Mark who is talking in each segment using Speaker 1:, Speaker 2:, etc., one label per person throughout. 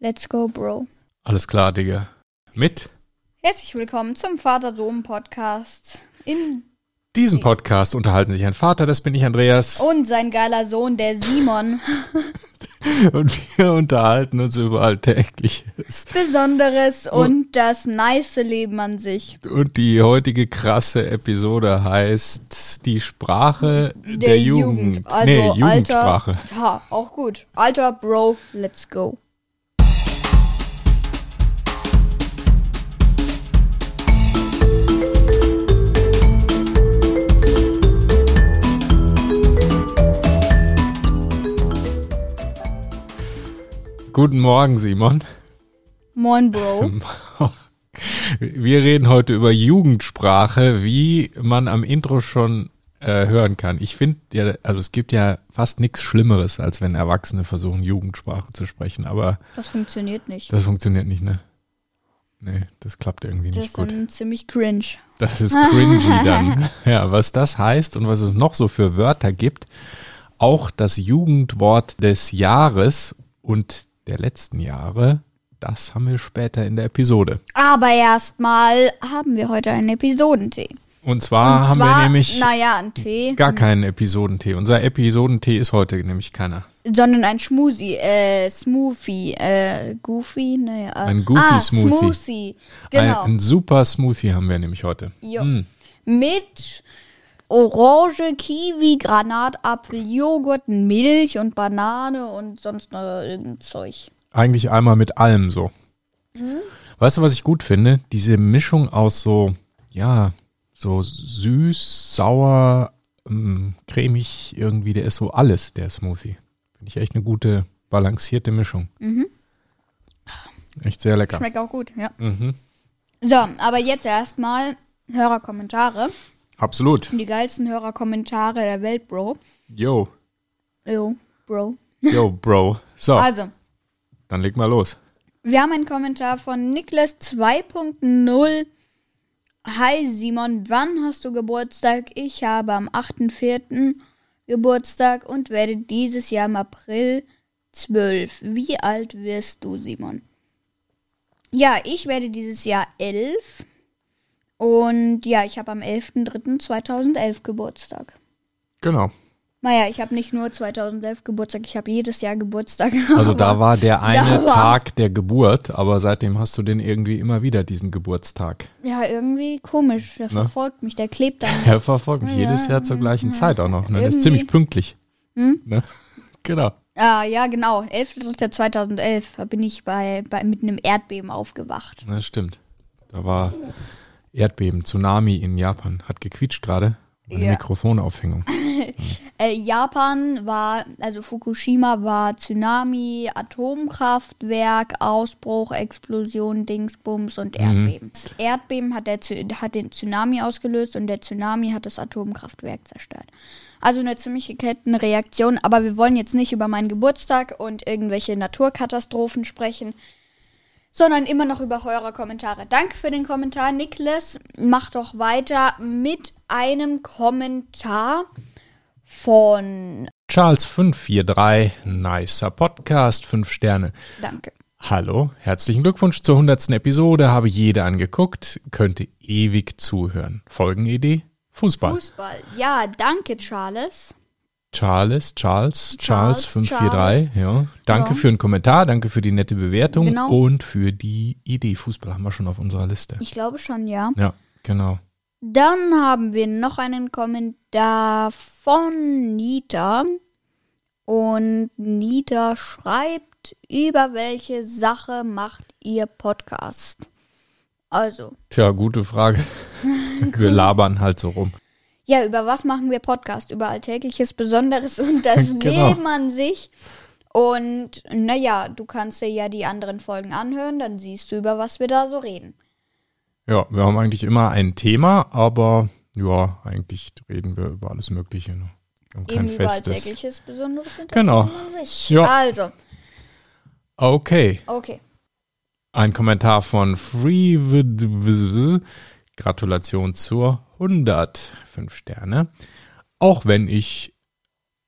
Speaker 1: Let's go, Bro.
Speaker 2: Alles klar, Digga. Mit
Speaker 1: Herzlich willkommen zum Vater-Sohn-Podcast. In
Speaker 2: diesem Podcast unterhalten sich ein Vater, das bin ich, Andreas.
Speaker 1: und sein geiler Sohn, der Simon.
Speaker 2: Und wir unterhalten uns über Alltägliches.
Speaker 1: Besonderes und das nice Leben an sich.
Speaker 2: Und die heutige krasse Episode heißt Die Sprache der, Jugend.
Speaker 1: Also
Speaker 2: nee,
Speaker 1: Alter.
Speaker 2: Jugendsprache.
Speaker 1: Ja, auch gut. Alter, Bro, let's go.
Speaker 2: Guten Morgen, Simon.
Speaker 1: Moin, Bro.
Speaker 2: Wir reden heute über Jugendsprache, wie man am Intro schon äh, hören kann. Ich finde ja, also es gibt ja fast nichts Schlimmeres, als wenn Erwachsene versuchen, Jugendsprache zu sprechen, aber
Speaker 1: Das funktioniert nicht.
Speaker 2: das funktioniert nicht, ne? Nee, das klappt irgendwie
Speaker 1: Das
Speaker 2: nicht
Speaker 1: ist
Speaker 2: gut.
Speaker 1: dann ziemlich cringe.
Speaker 2: Das ist cringy dann. Ja, was das heißt und was es noch so für Wörter gibt. Auch das Jugendwort des Jahres und der letzten Jahre, das haben wir später in der Episode.
Speaker 1: Aber erstmal haben wir heute einen Episodentee.
Speaker 2: Und zwar Ah, haben
Speaker 1: Zwar,
Speaker 2: wir nämlich
Speaker 1: naja, ein Tee,
Speaker 2: gar keinen Episodentee. Unser Episodentee ist heute nämlich keiner.
Speaker 1: sondern ein Schmusi, äh, Smoothie, äh, Goofy, naja. äh,
Speaker 2: Ein Goofy
Speaker 1: ah,
Speaker 2: Smoothie. Ah,
Speaker 1: Smoothie, genau.
Speaker 2: Ein, Hm. ein super Smoothie haben wir nämlich heute.
Speaker 1: Jo. Mit Orange, Kiwi, Granatapfel, Joghurt, Milch und Banane und sonst noch irgendein Zeug.
Speaker 2: Eigentlich einmal mit allem so. Weißt du, was ich gut finde? Diese Mischung aus so, ja, so süß, sauer, ähm, cremig irgendwie. Der ist so alles, der Smoothie. Finde ich echt eine gute, balancierte Mischung. Echt sehr lecker.
Speaker 1: Schmeckt auch gut, ja.
Speaker 2: Mhm.
Speaker 1: So, aber jetzt erstmal Hörerkommentare.
Speaker 2: Absolut.
Speaker 1: Die geilsten Hörerkommentare der Welt, Bro.
Speaker 2: Yo,
Speaker 1: Jo, Bro.
Speaker 2: yo, Bro. So,
Speaker 1: Also,
Speaker 2: dann leg mal los.
Speaker 1: Wir haben einen Kommentar von Niklas 2.0. Hi Simon, wann hast du Geburtstag? Ich habe am 8.4. Geburtstag und werde dieses Jahr im April 12. Wie alt wirst du, Simon? Ja, ich werde dieses Jahr 11. Und ja, ich habe am 11.3.2011 Geburtstag.
Speaker 2: Genau.
Speaker 1: Naja, ich habe nicht nur 2011 Geburtstag, ich habe jedes Jahr Geburtstag.
Speaker 2: Also da
Speaker 1: Aber-
Speaker 2: war der eine
Speaker 1: da war-
Speaker 2: Tag der Geburt, aber seitdem hast du den irgendwie immer wieder, diesen Geburtstag.
Speaker 1: Ja, irgendwie komisch. Der
Speaker 2: Ne?
Speaker 1: verfolgt mich, der klebt an.
Speaker 2: Er verfolgt mich jedes Jahr zur gleichen Zeit auch noch. Ne? Der ist ziemlich pünktlich. Ne? Genau.
Speaker 1: ah, ja, genau. 11.03.2011 da bin ich bei, bei, mit einem Erdbeben aufgewacht.
Speaker 2: Das Ne, stimmt. Da war Erdbeben, Tsunami in Japan. Hat gequietscht gerade. Eine
Speaker 1: Ja.
Speaker 2: Mikrofonaufhängung.
Speaker 1: Äh, Japan war, also Fukushima war Tsunami, Atomkraftwerk, Ausbruch, Explosion, Dingsbums und Erdbeben. Das Erdbeben hat, der, Tsu- hat den Tsunami ausgelöst und der Tsunami hat das Atomkraftwerk zerstört. Also eine ziemliche Kettenreaktion, aber wir wollen jetzt nicht über meinen Geburtstag und irgendwelche Naturkatastrophen sprechen, sondern immer noch über eure Kommentare. Danke für den Kommentar, Niklas. Mach doch weiter mit einem Kommentar von.
Speaker 2: Charles 543, nicer Podcast, 5 Sterne.
Speaker 1: Danke.
Speaker 2: Hallo, herzlichen Glückwunsch zur 100. Episode. Habe jede angeguckt, könnte ewig zuhören. Folgenidee? Fußball.
Speaker 1: Fußball. Ja, danke, Charles.
Speaker 2: Charles,
Speaker 1: Charles,
Speaker 2: Charles, Charles, 543. Ja. Danke
Speaker 1: Ja.
Speaker 2: für den Kommentar, danke für die nette Bewertung
Speaker 1: Genau.
Speaker 2: und für die Idee. Fußball haben wir schon auf unserer Liste.
Speaker 1: Ich glaube schon, ja.
Speaker 2: Ja, genau.
Speaker 1: Dann haben wir noch einen Kommentar von Nita. Und Nita schreibt, über welche Sache macht ihr Podcast? Also,
Speaker 2: Tja, gute Frage. Wir labern halt so rum.
Speaker 1: ja, über was machen wir Podcast? Über alltägliches, Besonderes und das
Speaker 2: Genau.
Speaker 1: Leben an sich. Und naja, du kannst dir ja die anderen Folgen anhören, dann siehst du, über was wir da so reden.
Speaker 2: Ja, wir haben eigentlich immer ein Thema, aber ja, eigentlich reden wir über alles Mögliche. Ne? Wir haben kein
Speaker 1: Eben über
Speaker 2: festes.
Speaker 1: alltägliches, Besonderes und das
Speaker 2: Genau.
Speaker 1: Leben an sich.
Speaker 2: Ja.
Speaker 1: Also,
Speaker 2: Okay.
Speaker 1: okay.
Speaker 2: Ein Kommentar von Free. Gratulation zur 100. Fünf Sterne. Auch wenn ich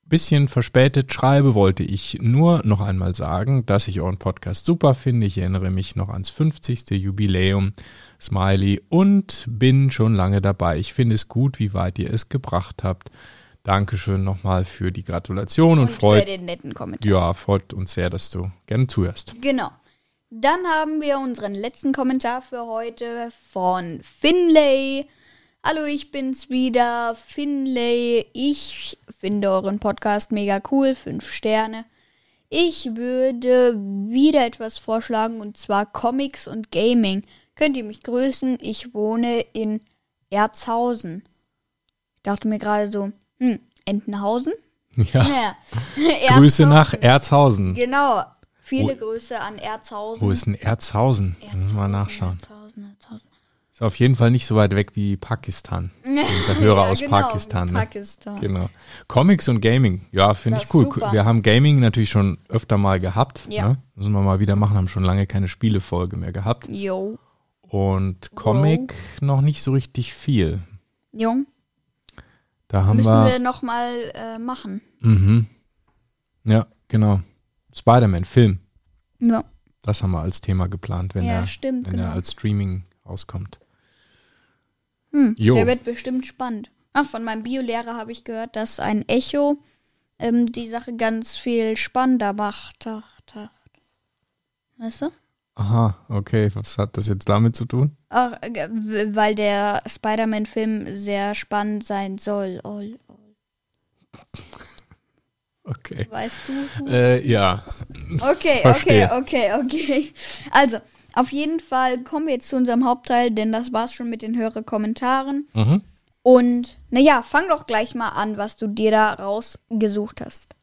Speaker 2: bisschen verspätet schreibe, wollte ich nur noch einmal sagen, dass ich euren Podcast super finde. Ich erinnere mich noch ans 50. Jubiläum, Smiley, und bin schon lange dabei. Ich finde es gut, wie weit ihr es gebracht habt. Dankeschön nochmal für die Gratulation und,
Speaker 1: Und für
Speaker 2: freut,
Speaker 1: den netten Kommentar.
Speaker 2: ja, freut uns sehr, dass du gerne zuhörst.
Speaker 1: Genau. Dann haben wir unseren letzten Kommentar für heute von Finlay. Hallo, ich bin's wieder, Finlay. Ich finde euren Podcast mega cool, fünf Sterne. Ich würde wieder etwas vorschlagen und zwar Comics und Gaming. Könnt ihr mich grüßen? Ich wohne in Erzhausen. Ich dachte mir gerade so, hm, Entenhausen?
Speaker 2: Ja,
Speaker 1: Naja,
Speaker 2: Grüße
Speaker 1: Erzhausen.
Speaker 2: nach Erzhausen.
Speaker 1: Genau. Viele
Speaker 2: Wo-
Speaker 1: Grüße an Erzhausen.
Speaker 2: Wo ist denn Erzhausen? Müssen
Speaker 1: Erzhausen,
Speaker 2: wir mal nachschauen.
Speaker 1: Erzhausen, Erzhausen.
Speaker 2: Ist auf jeden Fall nicht so weit weg wie Pakistan. Unser Hörer
Speaker 1: Ja,
Speaker 2: aus
Speaker 1: genau,
Speaker 2: Pakistan. Ne?
Speaker 1: Pakistan.
Speaker 2: Genau. Comics und Gaming. Ja, finde
Speaker 1: Das
Speaker 2: ich cool.
Speaker 1: ist super.
Speaker 2: Wir haben Gaming natürlich schon öfter mal gehabt.
Speaker 1: Ja.
Speaker 2: Ne? Müssen wir mal wieder machen. Haben schon lange keine Spielefolge mehr gehabt.
Speaker 1: Jo.
Speaker 2: Und Comic noch nicht so richtig viel.
Speaker 1: Jung,
Speaker 2: Da haben
Speaker 1: müssen
Speaker 2: wir.
Speaker 1: wir nochmal äh, machen.
Speaker 2: Mhm. Ja, genau. Spider-Man, Film.
Speaker 1: Ja.
Speaker 2: Das haben wir als Thema geplant, wenn,
Speaker 1: Ja,
Speaker 2: er,
Speaker 1: stimmt,
Speaker 2: wenn er
Speaker 1: genau.
Speaker 2: als Streaming rauskommt.
Speaker 1: Hm,
Speaker 2: Jo.
Speaker 1: Der wird bestimmt spannend. Ach, von meinem Biolehrer habe ich gehört, dass ein Echo ähm, die Sache ganz viel spannender macht. Ach, ach. Weißt du?
Speaker 2: Aha, okay. Was hat das jetzt damit zu tun?
Speaker 1: Ach, äh, w- weil der Spider-Man-Film sehr spannend sein soll. Oh,
Speaker 2: Okay.
Speaker 1: weißt du?
Speaker 2: Äh, ja.
Speaker 1: Okay,
Speaker 2: Verstehe.
Speaker 1: okay, okay, okay. Also, auf jeden Fall kommen wir jetzt zu unserem Hauptteil, denn das war's schon mit den Hörerkommentaren.
Speaker 2: Mhm.
Speaker 1: Und naja, fang doch gleich mal an, was du dir da rausgesucht hast.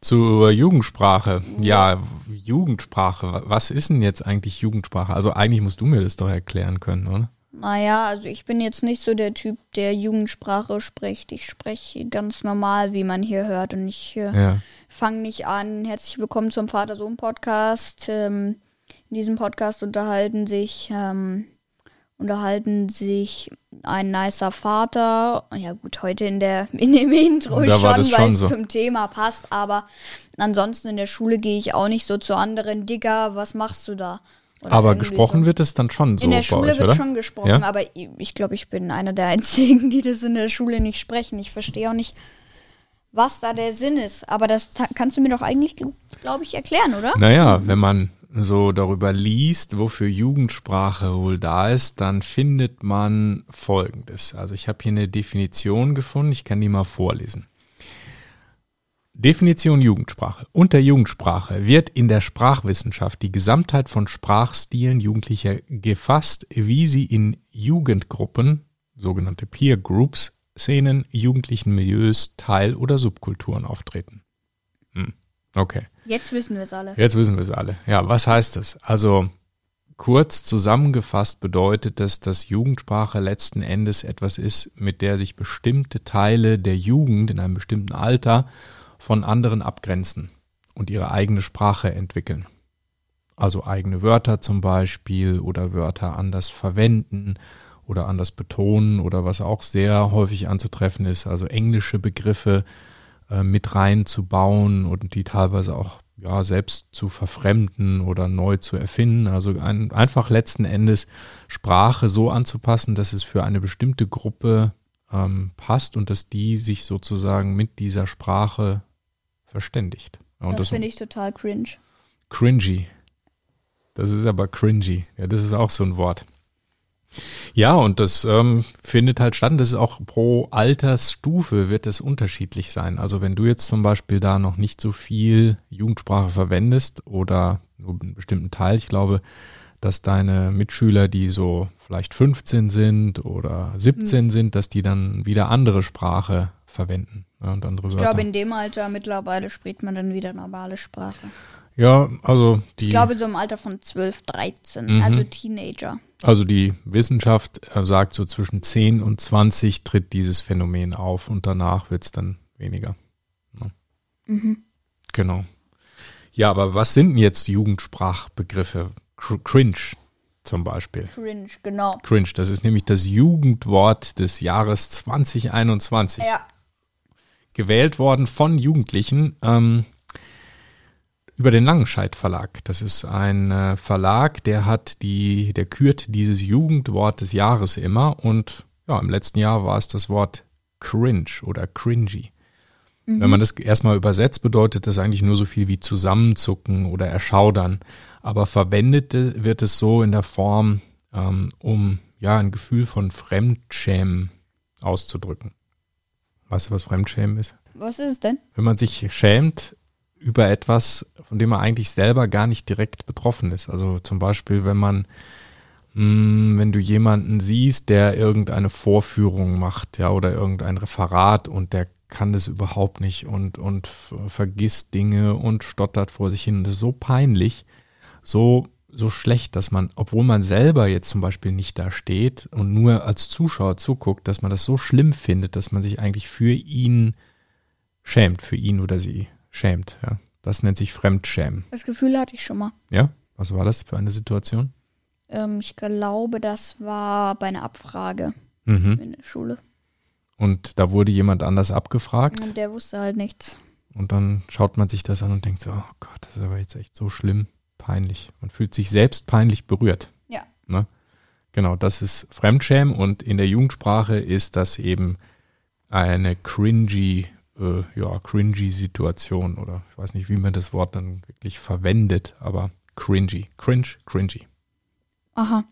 Speaker 2: Zur Jugendsprache. Ja, Jugendsprache. Was ist denn jetzt eigentlich Jugendsprache? Also eigentlich musst du mir das doch erklären können, oder?
Speaker 1: Naja, also ich bin jetzt nicht so der Typ, der Jugendsprache spricht. Ich spreche ganz normal, wie man hier hört. Und ich äh,
Speaker 2: Ja.
Speaker 1: Fang nicht an. Herzlich willkommen zum Vater-Sohn-Podcast. Ähm, in diesem Podcast unterhalten sich, ähm, unterhalten sich ein nicer Vater. Ja gut, heute in der in dem Intro
Speaker 2: Da war
Speaker 1: schon,
Speaker 2: das
Speaker 1: weil
Speaker 2: schon
Speaker 1: es
Speaker 2: so.
Speaker 1: zum Thema passt, aber ansonsten in der Schule gehe ich auch nicht so zu anderen, Digga, was machst du da? Oder
Speaker 2: Aber
Speaker 1: irgendwie
Speaker 2: gesprochen
Speaker 1: so.
Speaker 2: wird es dann schon so
Speaker 1: In der
Speaker 2: bei
Speaker 1: Schule
Speaker 2: euch,
Speaker 1: wird
Speaker 2: oder?
Speaker 1: schon gesprochen,
Speaker 2: Ja?
Speaker 1: aber ich, ich glaube, ich bin einer der einzigen, die das in der Schule nicht sprechen. Ich verstehe auch nicht, was da der Sinn ist. Aber das ta- kannst du mir doch eigentlich, glaube ich, erklären, oder?
Speaker 2: Naja, wenn man so darüber liest, wofür Jugendsprache wohl da ist, dann findet man Folgendes. Also ich habe hier eine Definition gefunden, ich kann die mal vorlesen. Definition Jugendsprache. Unter Jugendsprache wird in der Sprachwissenschaft die Gesamtheit von Sprachstilen Jugendlicher gefasst, wie sie in Jugendgruppen, sogenannte Peer Groups, Szenen, jugendlichen Milieus, Teil- oder Subkulturen auftreten. Hm. Okay.
Speaker 1: Jetzt wissen wir es alle.
Speaker 2: Jetzt wissen wir es alle. Ja, was heißt das? Also kurz zusammengefasst bedeutet das, dass Jugendsprache letzten Endes etwas ist, mit der sich bestimmte Teile der Jugend in einem bestimmten Alter von anderen abgrenzen und ihre eigene Sprache entwickeln. Also eigene Wörter zum Beispiel oder Wörter anders verwenden oder anders betonen oder was auch sehr häufig anzutreffen ist, also englische Begriffe äh, mit reinzubauen und die teilweise auch ja, selbst zu verfremden oder neu zu erfinden. Also ein, einfach letzten Endes Sprache so anzupassen, dass es für eine bestimmte Gruppe ähm, passt und dass die sich sozusagen mit dieser Sprache verständigt. Ja, Und
Speaker 1: das finde ich total cringe.
Speaker 2: Cringy. Das ist aber cringy. Ja, das ist auch so ein Wort. Ja, und das ähm, findet halt statt. Das ist auch pro Altersstufe wird das unterschiedlich sein. Also wenn du jetzt zum Beispiel da noch nicht so viel Jugendsprache verwendest oder nur einen bestimmten Teil, ich glaube, dass deine Mitschüler, die so vielleicht 15 sind oder 17
Speaker 1: Mhm.
Speaker 2: sind, dass die dann wieder andere Sprache verwenden. Ja, und andere
Speaker 1: Ich
Speaker 2: Wörter.
Speaker 1: glaube, in dem Alter mittlerweile spricht man dann wieder normale Sprache.
Speaker 2: ja, Mhm. also die.
Speaker 1: Ich glaube, so im Alter von 12, 13, also Teenager.
Speaker 2: Also die Wissenschaft äh, sagt, so zwischen 10 und 20 tritt dieses Phänomen auf und danach wird es dann weniger. Ja. Genau. Ja, aber was sind denn jetzt Jugendsprachbegriffe? Cr- Cringe zum Beispiel.
Speaker 1: Cringe, genau.
Speaker 2: Cringe, das ist nämlich das Jugendwort des Jahres 2021.
Speaker 1: Ja,
Speaker 2: gewählt worden von Jugendlichen ähm, über den Langenscheidt Verlag. Das ist ein äh, Verlag, der hat die, der kürt dieses Jugendwort des Jahres immer und ja, im letzten Jahr war es das Wort cringe oder cringy. Wenn man das erstmal übersetzt, bedeutet das eigentlich nur so viel wie zusammenzucken oder erschaudern. Aber verwendet äh, wird es so in der Form, ähm, um ja ein Gefühl von Fremdschämen auszudrücken. Weißt du, was Fremdschämen ist?
Speaker 1: Was ist es denn?
Speaker 2: Wenn man sich schämt über etwas, von dem man eigentlich selber gar nicht direkt betroffen ist. Also zum Beispiel, wenn man Mm, wenn du jemanden siehst, der irgendeine Vorführung macht, ja, oder irgendein Referat und der kann das überhaupt nicht und, und f- vergisst Dinge und stottert vor sich hin. Das ist so peinlich, so, so schlecht, dass man, obwohl man selber jetzt zum Beispiel nicht da steht und nur als Zuschauer zuguckt, dass man das so schlimm findet, dass man sich eigentlich für ihn schämt, für ihn oder sie schämt, ja. Das nennt sich Fremdschämen.
Speaker 1: Das Gefühl hatte ich schon mal.
Speaker 2: Ja? Was war das für eine Situation?
Speaker 1: Ähm, ich glaube, das war bei einer Abfrage
Speaker 2: Mhm.
Speaker 1: in der Schule.
Speaker 2: und da wurde jemand anders abgefragt
Speaker 1: Und der wusste halt nichts.
Speaker 2: und dann schaut man sich das an und denkt so, oh Gott, das ist aber jetzt echt so schlimm, peinlich. Man fühlt sich selbst peinlich berührt.
Speaker 1: Ja.
Speaker 2: Ne? Genau, das ist Fremdschämen und in der Jugendsprache ist das eben eine cringy, äh, ja, cringy Situation oder ich weiß nicht, wie man das Wort dann wirklich verwendet, aber cringy, cringe, cringy.
Speaker 1: Aha.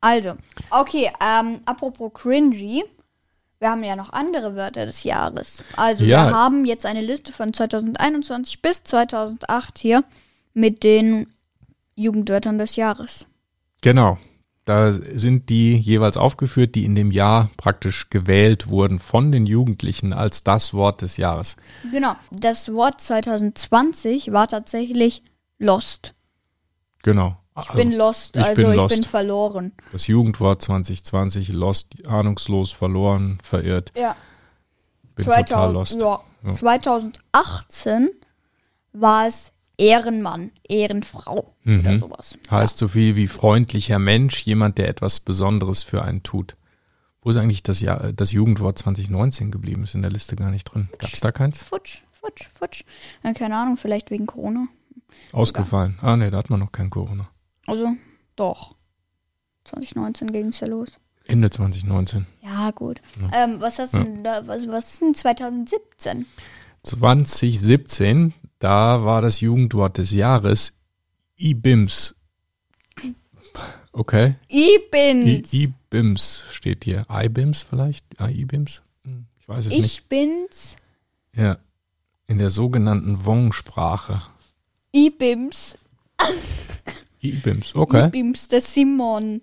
Speaker 1: Also, okay, ähm, apropos cringy. Wir haben ja noch andere Wörter des Jahres. Also,
Speaker 2: Ja.
Speaker 1: wir haben jetzt eine Liste von 2021 bis 2008 hier mit den Jugendwörtern des Jahres.
Speaker 2: Genau. Da sind die jeweils aufgeführt, die in dem Jahr praktisch gewählt wurden von den Jugendlichen als das Wort des Jahres.
Speaker 1: Genau. Das Wort 2020 war tatsächlich lost.
Speaker 2: Genau.
Speaker 1: Ich bin lost,
Speaker 2: ich
Speaker 1: also
Speaker 2: bin
Speaker 1: ich
Speaker 2: lost.
Speaker 1: bin verloren.
Speaker 2: das Jugendwort 2020, lost, ahnungslos, verloren, verirrt.
Speaker 1: Ja.
Speaker 2: Bin
Speaker 1: 2000,
Speaker 2: total lost.
Speaker 1: Ja. 2018 war es Ehrenmann, Ehrenfrau
Speaker 2: Mhm.
Speaker 1: oder sowas.
Speaker 2: Heißt so viel wie freundlicher Mensch, jemand, der etwas Besonderes für einen tut. Wo ist eigentlich das, Jahr, das Jugendwort 2019 geblieben? Ist in der Liste gar nicht drin. Gab es da keins?
Speaker 1: Futsch, futsch, futsch. Ja, keine Ahnung, vielleicht wegen Corona.
Speaker 2: Ausgefallen. Ah, nee, da hat man noch kein Corona.
Speaker 1: Also, doch. 2019 ging es ja los.
Speaker 2: Ende 2019.
Speaker 1: Ja, gut. Ähm, was, hast denn da, was, was ist denn 2017?
Speaker 2: 2017, da war das Jugendwort des Jahres IBIMS. Okay. I-
Speaker 1: IBINS.
Speaker 2: IBIMS steht hier. IBIMS vielleicht? Ah, IBIMS? Hm, Ich weiß es nicht.
Speaker 1: Ich bin's.
Speaker 2: Ja. In der sogenannten Wong-Sprache.
Speaker 1: IBIMS.
Speaker 2: IBIMS. Okay.
Speaker 1: IBIMS, der Simon.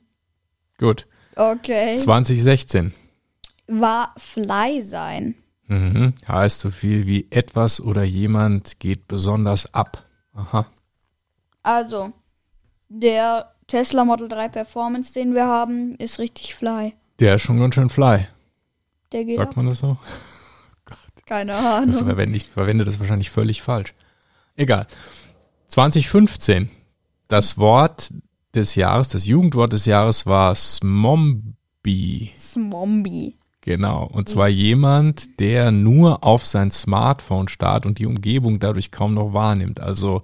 Speaker 2: Gut.
Speaker 1: Okay.
Speaker 2: 2016.
Speaker 1: War Fly sein.
Speaker 2: Mhm. Heißt so viel wie etwas oder jemand geht besonders ab. Aha.
Speaker 1: Also, der Tesla Model 3 Performance, den wir haben, ist richtig fly.
Speaker 2: Der ist schon ganz schön fly.
Speaker 1: Der geht
Speaker 2: Sagt
Speaker 1: ab.
Speaker 2: man das so?
Speaker 1: Keine
Speaker 2: Ich
Speaker 1: Ahnung.
Speaker 2: verwende, ich verwende das wahrscheinlich völlig falsch. Egal. 2015. Das Wort des Jahres, das Jugendwort des Jahres war Smombi.
Speaker 1: Zombie.
Speaker 2: Genau. Und zwar jemand, der nur auf sein Smartphone starrt und die Umgebung dadurch kaum noch wahrnimmt. Also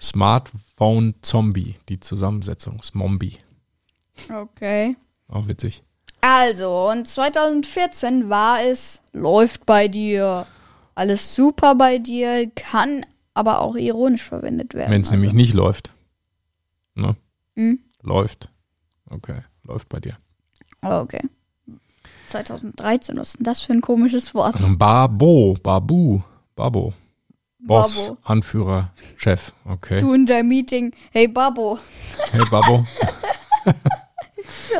Speaker 2: Smartphone-Zombie, die Zusammensetzung. Smombi.
Speaker 1: Okay.
Speaker 2: Auch witzig.
Speaker 1: Also, und 2014 war es, läuft bei dir. Alles super bei dir, kann aber auch ironisch verwendet werden.
Speaker 2: Wenn es nämlich nicht läuft. Ne?
Speaker 1: also. Mhm.
Speaker 2: Läuft. Okay. Läuft bei dir.
Speaker 1: Oh, okay. 2013, was ist denn das für ein komisches Wort?
Speaker 2: Also, Babo, Babu, Babo. Boss,
Speaker 1: Babo.
Speaker 2: Anführer, Chef. Okay.
Speaker 1: Du in deinem Meeting, hey Babo,
Speaker 2: Hey, Babo.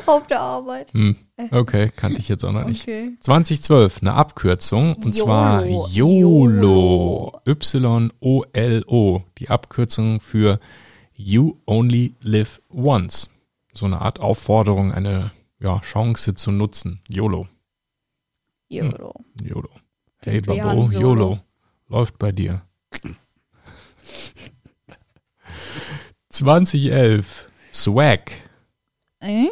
Speaker 1: auf der Arbeit.
Speaker 2: Hm. Okay, kannte ich jetzt auch noch nicht.
Speaker 1: Okay.
Speaker 2: 2012, eine Abkürzung, und
Speaker 1: Yolo.
Speaker 2: zwar YOLO. Y-O-L-O. Die Abkürzung für You Only Live Once. So eine Art Aufforderung, eine ja, Chance zu nutzen. YOLO.
Speaker 1: YOLO.
Speaker 2: YOLO. Hey,
Speaker 1: wie
Speaker 2: Babo,
Speaker 1: Han Solo.
Speaker 2: YOLO. Läuft bei dir. 2011. Swag.
Speaker 1: Äh?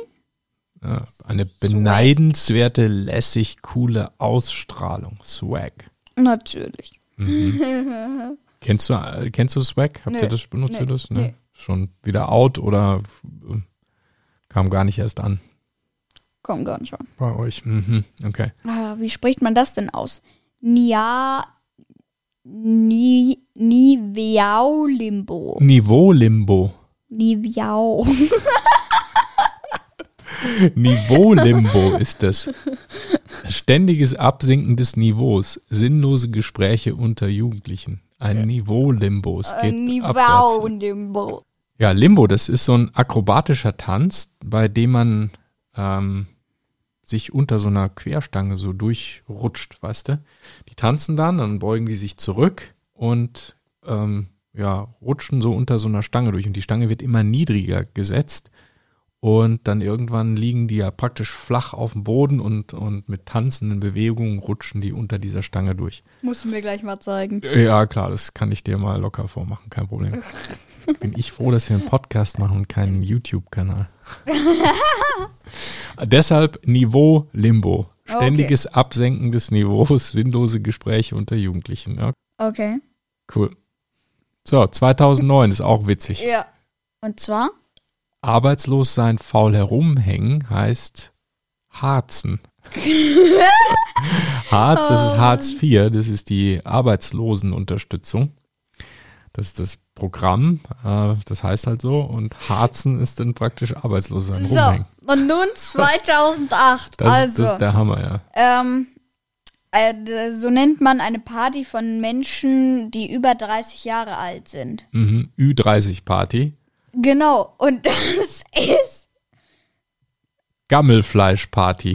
Speaker 2: Ja, eine beneidenswerte, lässig coole Ausstrahlung. Swag.
Speaker 1: Natürlich.
Speaker 2: Kennst du, äh, kennst du Swag? Habt
Speaker 1: Nee.
Speaker 2: ihr das, benutzt
Speaker 1: Nee.
Speaker 2: ihr das? Ne?
Speaker 1: Nee.
Speaker 2: Schon wieder out oder äh, kam gar nicht erst an
Speaker 1: Komm gar nicht an.
Speaker 2: bei euch? Mhm. Okay.
Speaker 1: Ah, wie spricht man das denn aus? Nia. Ni, Niviao Limbo.
Speaker 2: Niveau Limbo.
Speaker 1: Niviao.
Speaker 2: Niveau Limbo ist das. Ständiges Absinken des Niveaus, sinnlose Gespräche unter Jugendlichen. Ein Niveau Limbo. Es
Speaker 1: Äh,
Speaker 2: geht abwärts.
Speaker 1: Niviao Limbo.
Speaker 2: Ja, Limbo, das ist so ein akrobatischer Tanz, bei dem man ähm, sich unter so einer Querstange so durchrutscht, weißt du? Die tanzen dann, dann beugen die sich zurück und ähm, ja, rutschen so unter so einer Stange durch. Und die Stange wird immer niedriger gesetzt. Und dann irgendwann liegen die ja praktisch flach auf dem Boden und, und mit tanzenden Bewegungen rutschen die unter dieser Stange durch.
Speaker 1: Musst du mir gleich mal zeigen.
Speaker 2: Ja, klar, das kann ich dir mal locker vormachen, kein Problem. Bin ich froh, dass wir einen Podcast machen und keinen YouTube-Kanal. Deshalb Niveau Limbo. Ständiges Absenken des Niveaus, sinnlose Gespräche unter Jugendlichen. Ja,
Speaker 1: Okay.
Speaker 2: cool. So, 2009 ist auch witzig.
Speaker 1: Ja. Und zwar?
Speaker 2: Arbeitslos sein, faul herumhängen heißt Harzen. Harz, das
Speaker 1: Oh
Speaker 2: ist Hartz IV, das ist die Arbeitslosenunterstützung. Das ist das Programm, äh, das heißt halt so. Und Harzen ist dann praktisch arbeitslos sein, rumhängen.
Speaker 1: So. Und nun 2008.
Speaker 2: Das,
Speaker 1: also.
Speaker 2: das ist der Hammer, ja.
Speaker 1: Ähm, äh, d- so nennt man eine Party von Menschen, die über 30 Jahre alt sind.
Speaker 2: Mhm. Ü30-Party.
Speaker 1: Genau, und das ist.
Speaker 2: Gammelfleisch-Party.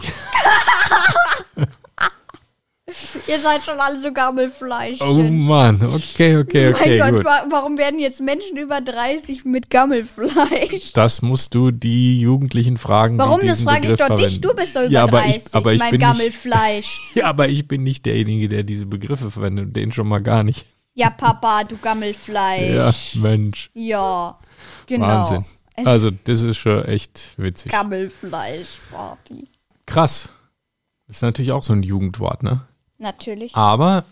Speaker 1: Ihr seid schon alle so
Speaker 2: Oh
Speaker 1: Gammelfleischchen.
Speaker 2: Mann, okay, okay, okay,
Speaker 1: mein Gott,
Speaker 2: gut.
Speaker 1: wa warum werden jetzt Menschen über 30 mit Gammelfleisch?
Speaker 2: Das musst du die Jugendlichen fragen. die
Speaker 1: Warum? Das
Speaker 2: diesen
Speaker 1: frage ich
Speaker 2: Begriff
Speaker 1: doch dich.
Speaker 2: verwenden.
Speaker 1: Du bist doch über
Speaker 2: ja, aber
Speaker 1: 30.
Speaker 2: Ich, aber ich
Speaker 1: mein
Speaker 2: bin nicht,
Speaker 1: Gammelfleisch.
Speaker 2: Ja, aber ich bin nicht derjenige, der diese Begriffe verwendet und den schon mal gar nicht.
Speaker 1: ja, Papa, du Gammelfleisch.
Speaker 2: Ja, Mensch.
Speaker 1: Ja, genau.
Speaker 2: Wahnsinn. Also, das ist schon echt witzig.
Speaker 1: Gammelfleisch-Party.
Speaker 2: Krass. Ist natürlich auch so ein Jugendwort, ne?
Speaker 1: Natürlich.
Speaker 2: Aber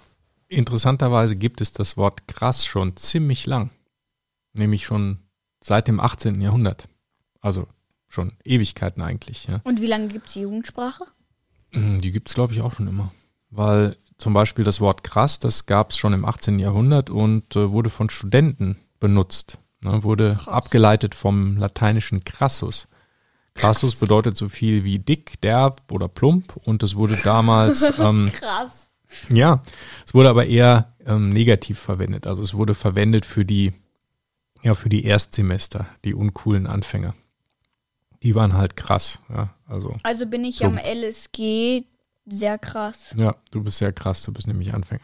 Speaker 2: interessanterweise gibt es das Wort krass schon ziemlich lang. Nämlich schon seit dem 18. Jahrhundert. Also schon Ewigkeiten eigentlich, ja.
Speaker 1: Und wie lange gibt es die Jugendsprache?
Speaker 2: Mm, Die gibt es, glaube ich, auch schon immer. Weil zum Beispiel das Wort krass, das gab es schon im 18. Jahrhundert und äh, wurde von Studenten benutzt. Ne, wurde abgeleitet vom lateinischen crassus. Crassus bedeutet so viel wie dick, derb oder plump und es wurde damals, ähm,
Speaker 1: Krass.
Speaker 2: ja, es wurde aber eher ähm, negativ verwendet. Also es wurde verwendet für die, ja, für die Erstsemester, die uncoolen Anfänger. Die waren halt krass, ja, also.
Speaker 1: Also bin ich
Speaker 2: Plump.
Speaker 1: am LSG sehr krass.
Speaker 2: Ja, du bist sehr krass, du bist nämlich Anfänger.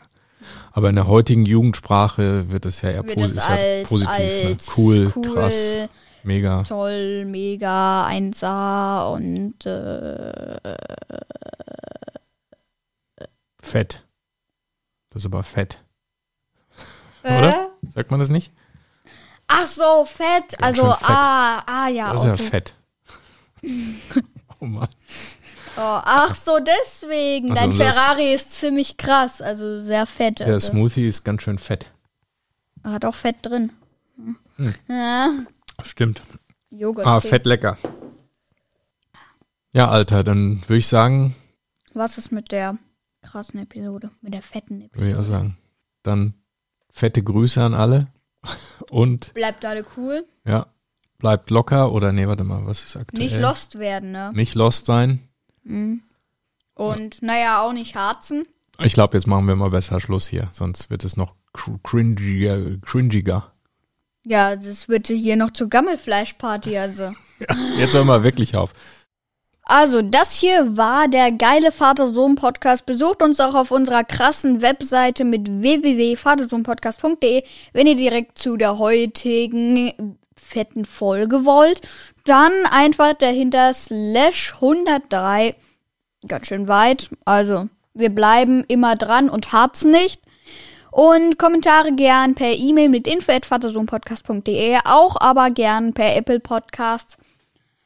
Speaker 2: Aber in der heutigen Jugendsprache wird das ja eher
Speaker 1: Wird
Speaker 2: posi-
Speaker 1: es
Speaker 2: ist ja
Speaker 1: als,
Speaker 2: positiv.
Speaker 1: als
Speaker 2: ne? cool,
Speaker 1: cool,
Speaker 2: krass, mega.
Speaker 1: toll, mega, 1A und äh,
Speaker 2: Fett. Das ist aber fett.
Speaker 1: äh?
Speaker 2: Oder? Sagt man das nicht?
Speaker 1: Ach so, fett. also
Speaker 2: schön fett.
Speaker 1: ah, ah ja,
Speaker 2: Das ist ja
Speaker 1: okay.
Speaker 2: fett. oh Mann.
Speaker 1: oh, ach so, deswegen.
Speaker 2: Also
Speaker 1: Dein
Speaker 2: unser-
Speaker 1: Ferrari ist ziemlich krass, also sehr fett.
Speaker 2: Der
Speaker 1: also.
Speaker 2: Smoothie ist ganz schön fett.
Speaker 1: Hat auch Fett drin. Ja,
Speaker 2: Stimmt.
Speaker 1: Joghurt.
Speaker 2: Hm. Ah,
Speaker 1: zählt.
Speaker 2: fett lecker. Ja, Alter, dann würde ich sagen,
Speaker 1: Was ist mit der krassen Episode? Mit der fetten Episode?
Speaker 2: würde ich auch sagen, dann fette Grüße an alle und
Speaker 1: Bleibt alle cool.
Speaker 2: Ja. Bleibt locker oder nee, warte mal, was ist aktuell?
Speaker 1: Nicht lost werden, ne?
Speaker 2: Nicht lost sein.
Speaker 1: Und naja, auch nicht harzen.
Speaker 2: Ich glaube, jetzt machen wir mal besser Schluss hier, sonst wird es noch cr- cringiger. cringiger.
Speaker 1: Ja, das wird hier noch zur Gammelfleischparty, also.
Speaker 2: Jetzt hören wir wirklich auf.
Speaker 1: Also, das hier war der geile Vater-Sohn-Podcast. Besucht uns auch auf unserer krassen Webseite mit www.vatersohnpodcast.de, wenn ihr direkt zu der heutigen fetten Folge wollt. Dann einfach dahinter slash 103. Ganz schön weit. Also, wir bleiben immer dran und hart's nicht. Und Kommentare gern per E-Mail mit info.vatersohnpodcast.de, auch aber gern per Apple Podcasts.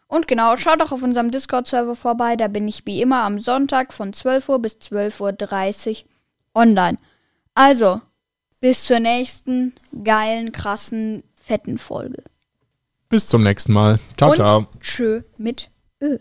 Speaker 1: Und genau, schaut auch auf unserem Discord-Server vorbei. Da bin ich wie immer am Sonntag von 12 Uhr bis 12.30 Uhr online. Also, bis zur nächsten geilen, krassen, fetten Folge.
Speaker 2: Bis zum nächsten Mal. Ciao,
Speaker 1: Und
Speaker 2: ciao.
Speaker 1: tschö mit Ö.